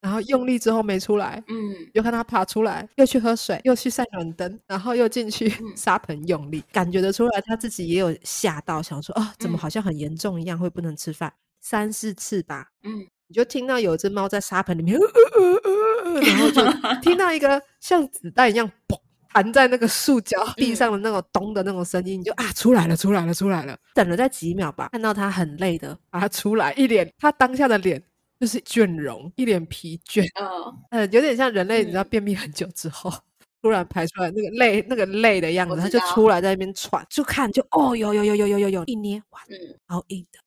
然后用力之后没出来。
嗯
又看它爬出来，又去喝水，又去晒暖灯，然后又进去
嗯
沙盆用力，感觉得出来他自己也有吓到，想说啊、怎么
嗯
好像很严重一样，会不能吃饭三四次吧。
嗯
你就听到有一只猫在沙盆里面， [LAUGHS] 呃呃呃呃然后
[LAUGHS]
就听到一个像子弹一样嘣弹在那个塑胶地
嗯
上的那种咚的那种声音，你就啊出来了，出来了，出来了。等了在几秒吧，看到它很累的把它出来，一脸它当下的脸就是倦容，一脸疲倦。
哦，
呃，有点像人类，你知道
嗯
便秘很久之后，突然排出来那个累那个累的样
我
子，他
知
就
道
出来在那边喘，就看就哦，有有有有有有有，一捏哇，
嗯，
好硬的，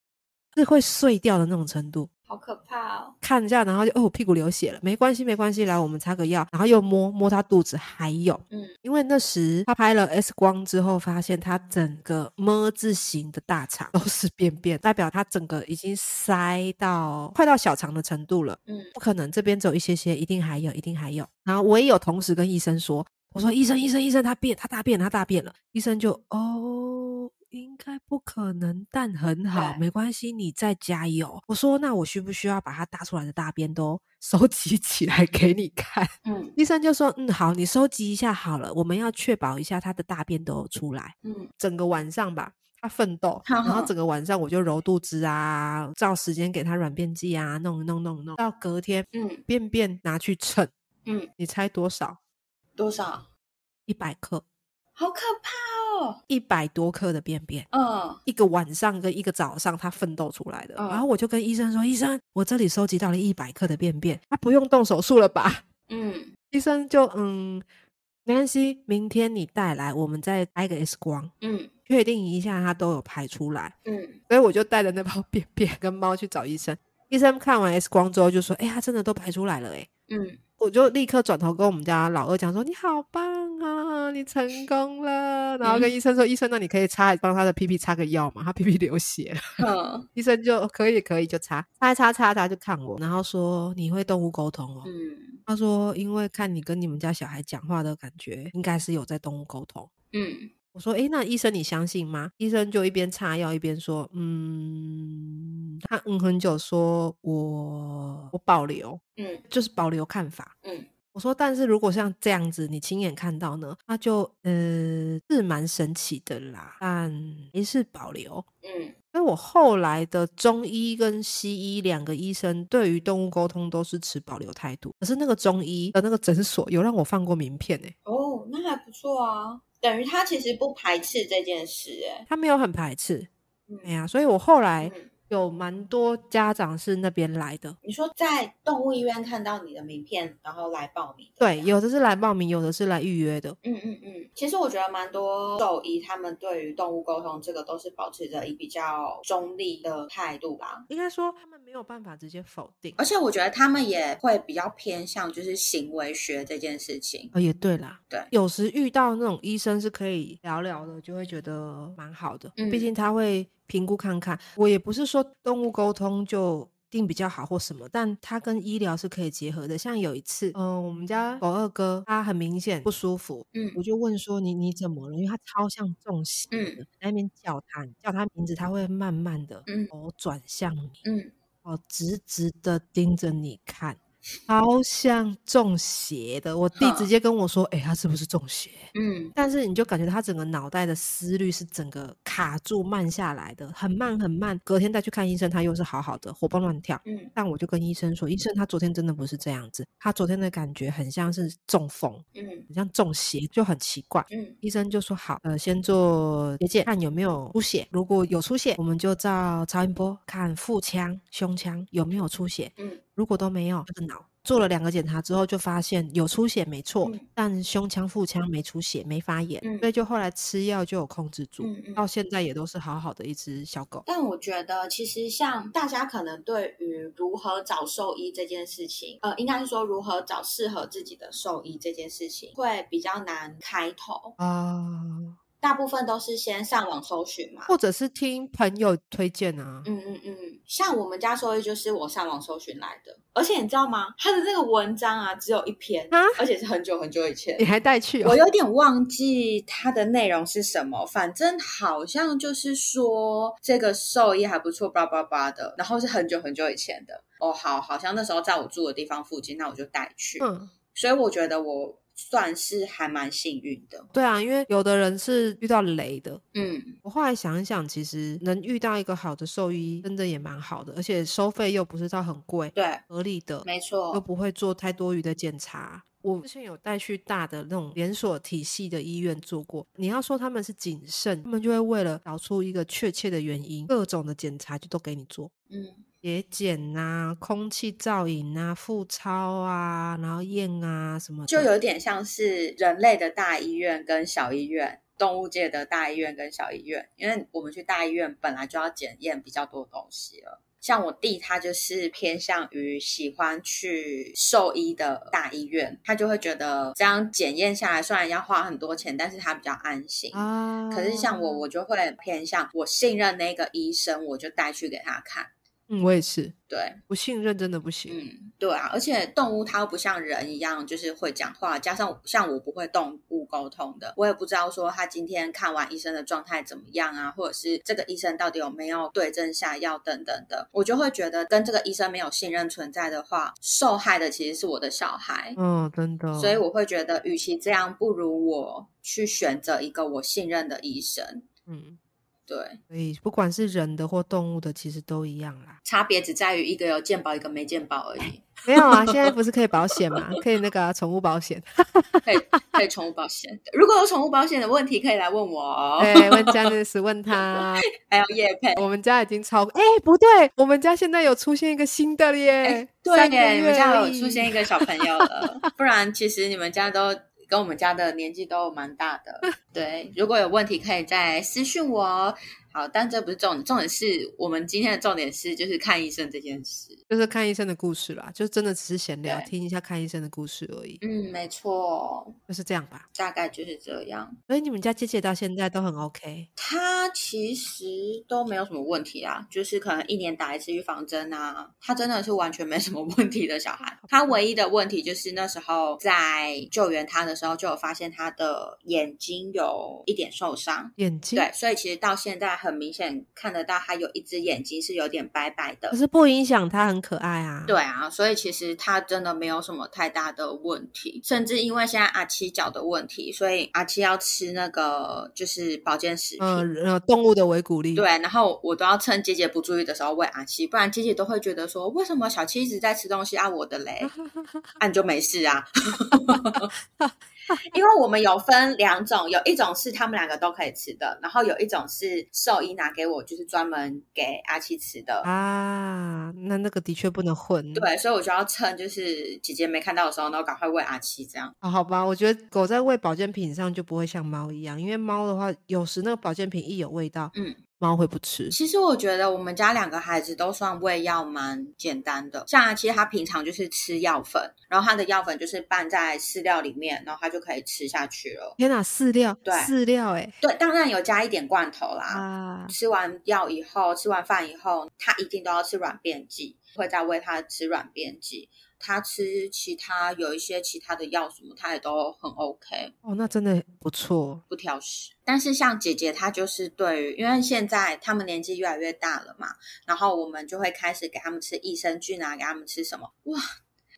是会碎掉的那种程度。
好可怕哦，
看一下，然后就哦，我屁股流血了，没关系，没关系，来，我们擦个药，然后又摸摸他肚子，还有，
嗯，
因为那时他拍了 X 光之后，发现他整个么字形的大肠都是便便，代表他整个已经塞到快到小肠的程度了。
嗯
不可能，这边只有一些些，一定还有，一定还有。然后我也有同时跟医生说，我说医生，医生，医生，他变，他大便，他大便了。医生就哦，应该不可能，但很好，
对
没关系，你再加油。我说那我需不需要把他大出来的大便都收集起来给你看？
嗯
医生就说嗯，好，你收集一下好了，我们要确保一下他的大便都有出来。
嗯
整个晚上吧，他奋斗，然后整个晚上我就揉肚子啊，照时间给他软便剂啊，弄一弄弄一弄，到隔天
嗯
便便拿去称，
嗯，
你猜多少？
多少？
一百克，
好可怕哦，
一百多克的便便。
嗯
一个晚上跟一个早上，他奋斗出来的。
嗯
然后我就跟医生说：“医生，我这里收集到了一百克的便便，他不用动手术了吧？”
嗯
医生就嗯，没关系，明天你带来，我们再拍个 X 光，
嗯
确定一下他都有排出来。
嗯
所以我就带着那包 [LAUGHS] 便便跟猫去找医生。医生看完 X 光之后就说：“哎、它真的都排出来了。”哎，
嗯
我就立刻转头跟我们家老二讲说：“你好棒啊，你成功了。”然后跟
嗯
医生说：“医生，那你可以擦帮他的屁屁擦个药嘛，他屁屁流血了。
嗯”
医生就可以可以就擦擦一擦擦一擦就看我，然后说：“你会动物沟通哦。
嗯
他说：“因为看你跟你们家小孩讲话的感觉，应该是有在动物沟通。”
嗯
我说：“诶，那医生你相信吗？”医生就一边擦药一边说：“嗯，他嗯很久说，我我我保留，
嗯
就是保留看法。
嗯，
我说，但是如果像这样子，你亲眼看到呢，那就呃是蛮神奇的啦，但还是保留。
嗯
因为我后来的中医跟西医两个医生对于动物沟通都是持保留态度，可是那个中医的那个诊所有让我放过名片诶、欸
哦，那还不错啊，等于他其实不排斥这件事、哎，
他没有很排斥。哎
嗯
呀、所以我后来
嗯，
有蛮多家长是那边来的，
你说在动物医院看到你的名片，然后来报名，
对，有的是来报名，有的是来预约的。
嗯嗯嗯，其实我觉得蛮多兽医他们对于动物沟通这个都是保持着一比较中立的态度啦。
应该说他们没有办法直接否定。
而且我觉得他们也会比较偏向就是行为学这件事情，
哦，也对啦，
对
有时遇到那种医生是可以聊聊的，就会觉得蛮好的。
嗯
毕竟他会评估看看。我也不是说动物沟通就一定比较好或什么，但它跟医疗是可以结合的。像有一次，嗯、我们家狗二哥他很明显不舒服，
嗯
我就问说你你怎么了？因为他超像中邪
嗯
的，在那边叫他，你叫他名字，他会慢慢的
嗯
头转向你，
嗯，
哦，直直的盯着你看，超像中邪的。我弟直
哼
接跟我说：“哎、他是不是中邪
嗯？”
但是你就感觉他整个脑袋的思虑是整个卡住、慢下来的，很慢很慢。隔天再去看医生，他又是好好的，活蹦乱跳。
嗯
但我就跟医生说：“医生，他昨天真的不是这样子，他昨天的感觉很像是中风，
嗯
很像中邪，就很奇怪。”
嗯
医生就说好，呃，先做结检，看有没有出血。如果有出血，我们就照超音波看腹腔、胸腔有没有出血。
嗯
如果都没有，就是脑。做了两个检查之后，就发现有出血没错，
嗯
但胸腔、腹腔没出血，没发炎，
嗯
所以就后来吃药就有控制住，
嗯嗯。
到现在也都是好好的一只小狗。
但我觉得，其实像大家可能对于如何找兽医这件事情，呃，应该是说如何找适合自己的兽医这件事情，会比较难开头。
啊、
大部分都是先上网搜寻嘛。
或者是听朋友推荐啊，
嗯嗯嗯，像我们家兽医就是我上网搜寻来的，而且你知道吗？他的那个文章啊，只有一篇
啊，
而且是很久很久以前
你。还带去、哦？
我有点忘记它的内容是什么，反正好像就是说这个兽医还不错，叭叭叭的，然后是很久很久以前的。哦，好，好像那时候在我住的地方附近，那我就带去。
嗯，
所以我觉得我算是还蛮幸运的。
对啊，因为有的人是遇到雷的，
嗯
我后来想一想，其实能遇到一个好的兽医，真的也蛮好的，而且收费又不是到很贵，
对，
合理的，
没
又
错。
不会做太多余的检查。我之前有带去大的那种连锁体系的医院做过，你要说他们是谨慎，他们就会为了找出一个确切的原因，各种的检查就都给你做。
嗯
血检啊，空气造影啊，腹超啊，然后验啊什么的，
就有点像是人类的大医院跟小医院，动物界的大医院跟小医院，因为我们去大医院本来就要检验比较多东西了。像我弟，他就是偏向于喜欢去兽医的大医院，他就会觉得这样检验下来，虽然要花很多钱，但是他比较安心。
啊。
可是像我，我就会偏向我信任那个医生，我就带去给他看。
嗯，我也是
对，
不信任，真的不行。
嗯，对啊，而且动物它又不像人一样，就是会讲话，加上像我不会动物沟通的，我也不知道说它今天看完医生的状态怎么样啊，或者是这个医生到底有没有对症下药等等的，我就会觉得跟这个医生没有信任存在的话，受害的其实是我的小孩，
嗯，真的。
所以我会觉得，与其这样，不如我去选择一个我信任的医生，
嗯。
对。。
所以不管是人的或动物的，其实都一样啦
差别只在于一个有健保，一个没健保而已。
没有啊，现在不是可以保险嘛？可以那个啊宠、物保险。
可以可以宠物保险，如果有宠物保险的问题，可以来问我哦。
对，问詹女士，问
[LAUGHS]
他，
还有叶佩，
我们家已经超过，哎、不对，我们家现在有出现一个新的了耶，
哎对
三个
耶，你们
月
家
而
有出
已
现一个小朋友了，不然其实你们家都跟我们家的年纪都蛮大 [LAUGHS] 的。对，如果有问题可以再私讯我哦。好，但这不是重点，重点是我们今天的重点是就是看医生这件事。
就是看医生的故事啦，就真的只是闲聊，
对
听一下看医生的故事而已，
嗯，没错，
就是这样吧。
大概就是这样。
所以你们家姐姐到现在都很 OK，
他其实都没有什么问题啊，就是可能一年打一次预防针啊，他真的是完全没什么问题的小 [LAUGHS] 孩。他唯一的问题就是那时候在救援他的时候，就有发现他的眼睛有有一点受伤。
眼睛
对，所以其实到现在很明显看得到他有一只眼睛是有点白白的
可，是不影响他很可爱啊。
对啊，所以其实他真的没有什么太大的问题，甚至因为现在阿七脚的问题，所以阿七要吃那个就是保健食品。
呃，呃，动物的维骨力，
对，，然后我都要趁姐姐不注意的时候喂阿七，不然姐姐都会觉得说，为什么小七一直在吃东西啊？我的嘞，啊你就没事啊。因为我们有分两种，有一种是他们两个都可以吃的，然后有一种是兽医拿给我，就是专门给阿七吃的。
啊，那那个的确不能混。
对，所以我就要趁就是姐姐没看到的时候，然后赶快喂阿七这样。
啊，好吧，我觉得狗在喂保健品上就不会像猫一样，因为猫的话，有时那个保健品一有味道，
嗯，
猫会不吃。
其实我觉得我们家两个孩子都算喂药蛮简单的，像其实他平常就是吃药粉，然后他的药粉就是拌在饲料里面，然后他就可以吃下去了。
天哪，饲料，
对
饲料、欸，
对，当然有加一点罐头啦。
啊，
吃完药以后，吃完饭以后，他一定都要吃软便剂，会再喂他吃软便剂。他吃其他有一些其他的药什么，他也都很 OK。
哦，那真的不错。
不挑食。但是像姐姐她就是对于，因为现在他们年纪越来越大了嘛，然后我们就会开始给他们吃益生菌啊，给他们吃什么？哇，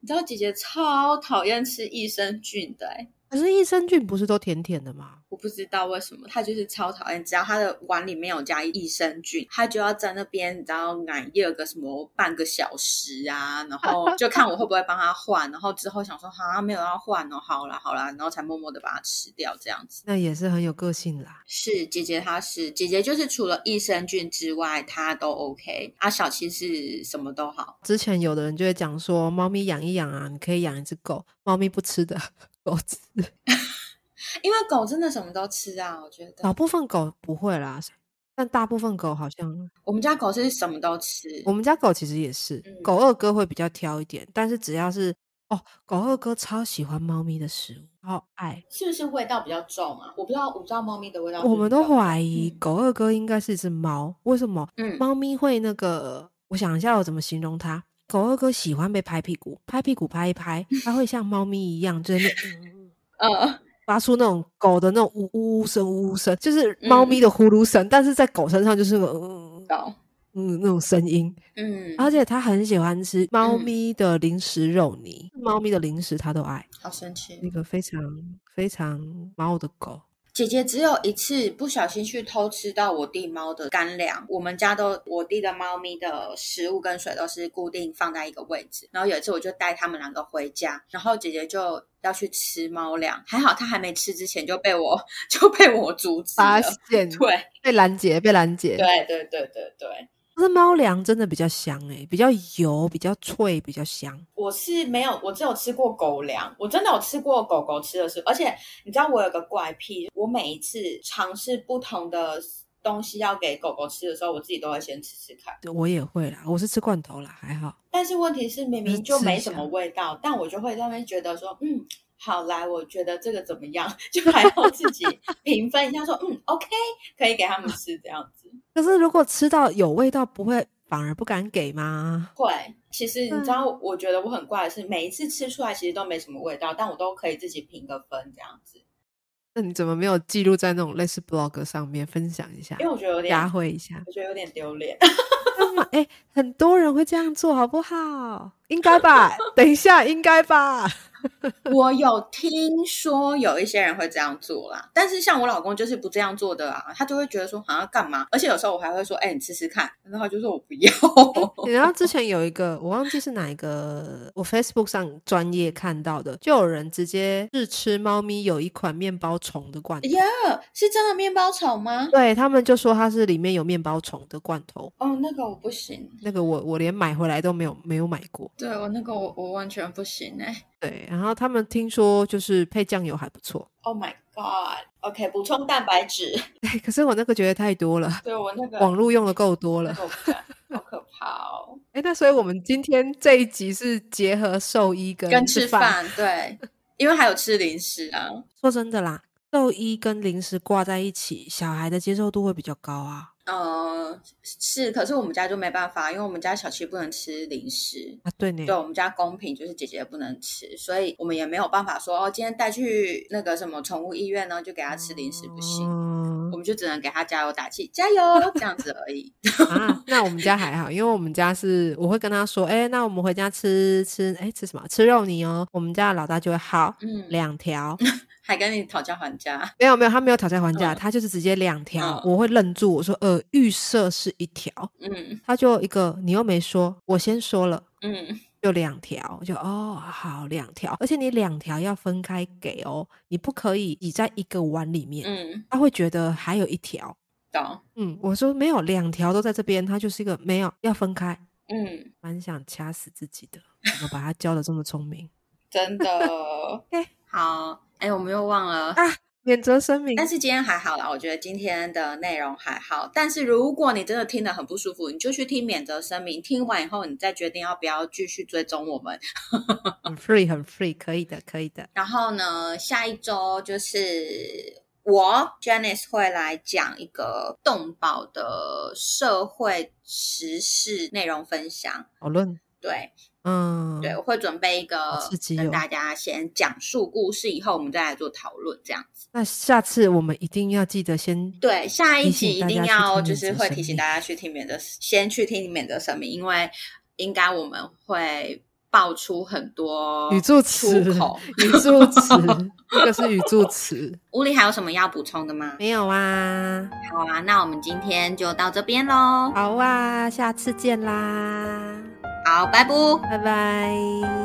你知道姐姐超讨厌吃益生菌的、欸，
可是益生菌不是都甜甜的吗？
我不知道为什么，她就是超讨厌，只要她的碗里面有加益生菌，她就要在那边你知道奶液个什么半个小时啊，然后就看我会不会帮她换，然后之后想说啊没有要换哦，好啦好啦，然后才默默的把它吃掉这样子。
那也是很有个性啦。
是姐姐，她是姐姐，就是除了益生菌之外，她都 OK。啊，小七是什么都好，
之前有的人就会讲说，猫咪养一养啊，你可以养一只狗，猫咪不吃的， [LAUGHS] 狗吃。
因为狗真的什么都吃啊。我觉得、
少部分狗不会啦，但大部分狗好像，
我们家狗是什么都吃
我，们家狗其实也是，
嗯
狗二哥会比较挑一点，但是只要是哦，狗二哥超喜欢猫咪的食物，好爱。
是不是味道比较重啊？我不知道，我不知道猫咪的味道是不
我
是
们
比较
都
重。
怀疑
嗯
狗二哥应该是一只猫，为什么？
嗯，
猫咪会那个，我想一下我怎么形容它。狗二哥喜欢被拍屁股，拍屁股拍一拍，它会像猫咪一样，就是那嗯嗯
呃，
发出那种狗的那种呜呜呜声，呜呜声，就是猫咪的
嗯
呼噜声，但是在狗身上就是那种嗯嗯
懂，
嗯那种声音。
嗯，
而且它很喜欢吃猫咪的零食肉泥，嗯猫咪的零食它都爱，
好神奇
一。个非常非常猫的狗。
姐姐只有一次不小心去偷吃到我弟猫的干粮，我们家都我弟的猫咪的食物跟水都是固定放在一个位置。然后有一次我就带他们两个回家，然后姐姐就要去吃猫粮，还好她还没吃之前就被我 [LAUGHS] 就被我阻止
发
了。
现
对
被拦截，被拦截。
对对对对对，
可是猫粮真的比较香诶、比较油，比较脆，比较香。
我是没有，我只有吃过狗粮，我真的有吃过狗狗吃的食物。而且你知道我有个怪癖，我每一次尝试不同的东西要给狗狗吃的时候，我自己都会先吃吃看。
我也会啦，我是吃罐头啦，还好。
但是问题是，明
就是
明就
吃
没
一
什
下
么味道，但我就会在那边觉得说，嗯，好来，我觉得这个怎么样，就还要自 [LAUGHS] 己评分一下，说，嗯，OK，可以给他们吃这样子。
可是如果吃到有味道，不会反而不敢给吗？
会，其实你
嗯
知道，我觉得我很怪的是，每一次吃出来其实都没什么味道，但我都可以自己评个分这样子，
那你怎么没有记录在那种类似 blog 上面分享一下
因，为我觉得有点，
压会一下？
我觉得有点丢脸。
干嘛？哎、很多人会这样做，好不好？应该吧？等一下，应该吧？
[LAUGHS] 我有听说有一些人会这样做啦，但是像我老公就是不这样做的啊，他就会觉得说好像干嘛，而且有时候我还会说，哎、你吃吃看，然后他就说我不要。
你知道之前有一个，我忘记是哪一个，我 Facebook 上专业看到的，就有人直接试吃猫咪有一款面包虫的罐头，
耶是真的面包虫吗？
对他们就说它是里面有面包虫的罐头，
哦，那个我不行，
那个我我连买回来都没有没有买过。
对我那个我我完全不行哎、
对，然后他们听说就是配酱油还不错， [LAUGHS]
Oh my god！OK，、补充蛋白质，
对，可是我那个觉得太多了，
对啊我那个
网络用的够多
那
了。
个我不敢，好可怕哦。
哎，那所以我们今天这一集是结合兽医跟
跟嗯吃。饭对，因为还有吃零食啊。
说真的啦，兽医跟零食挂在一起，小孩的接受度会比较高啊。
呃，是，可是我们家就没办法，因为我们家小七不能吃零食。
啊，对呢
对，我们家公平就是姐姐不能吃，所以我们也没有办法说哦，今天带去那个什么宠物医院呢，就给它吃零食不行，
嗯
我们就只能给它加油打气，加油这样子而已。
啊，那我们家还好，因为我们家是我会跟他说，哎、那我们回家吃吃，哎、吃什么？吃肉泥哦。我们家的老大就会好
嗯，
两
[LAUGHS]
条，
还跟你讨价还价，
没有没有，他没有讨价还价，
嗯
他就是直接两条。
嗯
我会愣住，我说呃，预设是一条，
嗯
他就一个你又没说，我先说了。
嗯
就两条，我就哦好两条，而且你两条要分开给哦，你不可以挤在一个碗里面，
嗯，
他会觉得还有一条。
懂，
嗯，我说没有，两条都在这边，他就是一个没有要分开，
嗯，
蛮想掐死自己的。怎么把他教的这么聪明？
真的
OK。
好，哎，我们又忘了。
免责声明
但是今天还好啦，我觉得今天的内容还好。但是如果你真的听得很不舒服，你就去听免责声明，听完以后你再决定要不要继续追踪我们。
很 free，很 free，可以的，可以的。
然后呢，下一周就是我 Janice 会来讲一个动保的社会时事内容分享。
讨论，
对
嗯，
对，我会准备一个
好刺激哦
跟大家先讲述故事，以后我们再来做讨论，这样子。
那下次我们一定要记得先
对，下一
提
集
醒
一
大家
定
去
要
听
就是
免责
会
声
提醒
明
大家去听免责，先去听免责声明，因为应该我们会爆出很多
语助词，
出口。
语助词，这个是语助
[LAUGHS]
词。
吴里还有什么要补充的吗？
没有啊，
好啊，那我们今天就到这边喽。
好啊，下次见啦，
好，拜拜。
拜拜。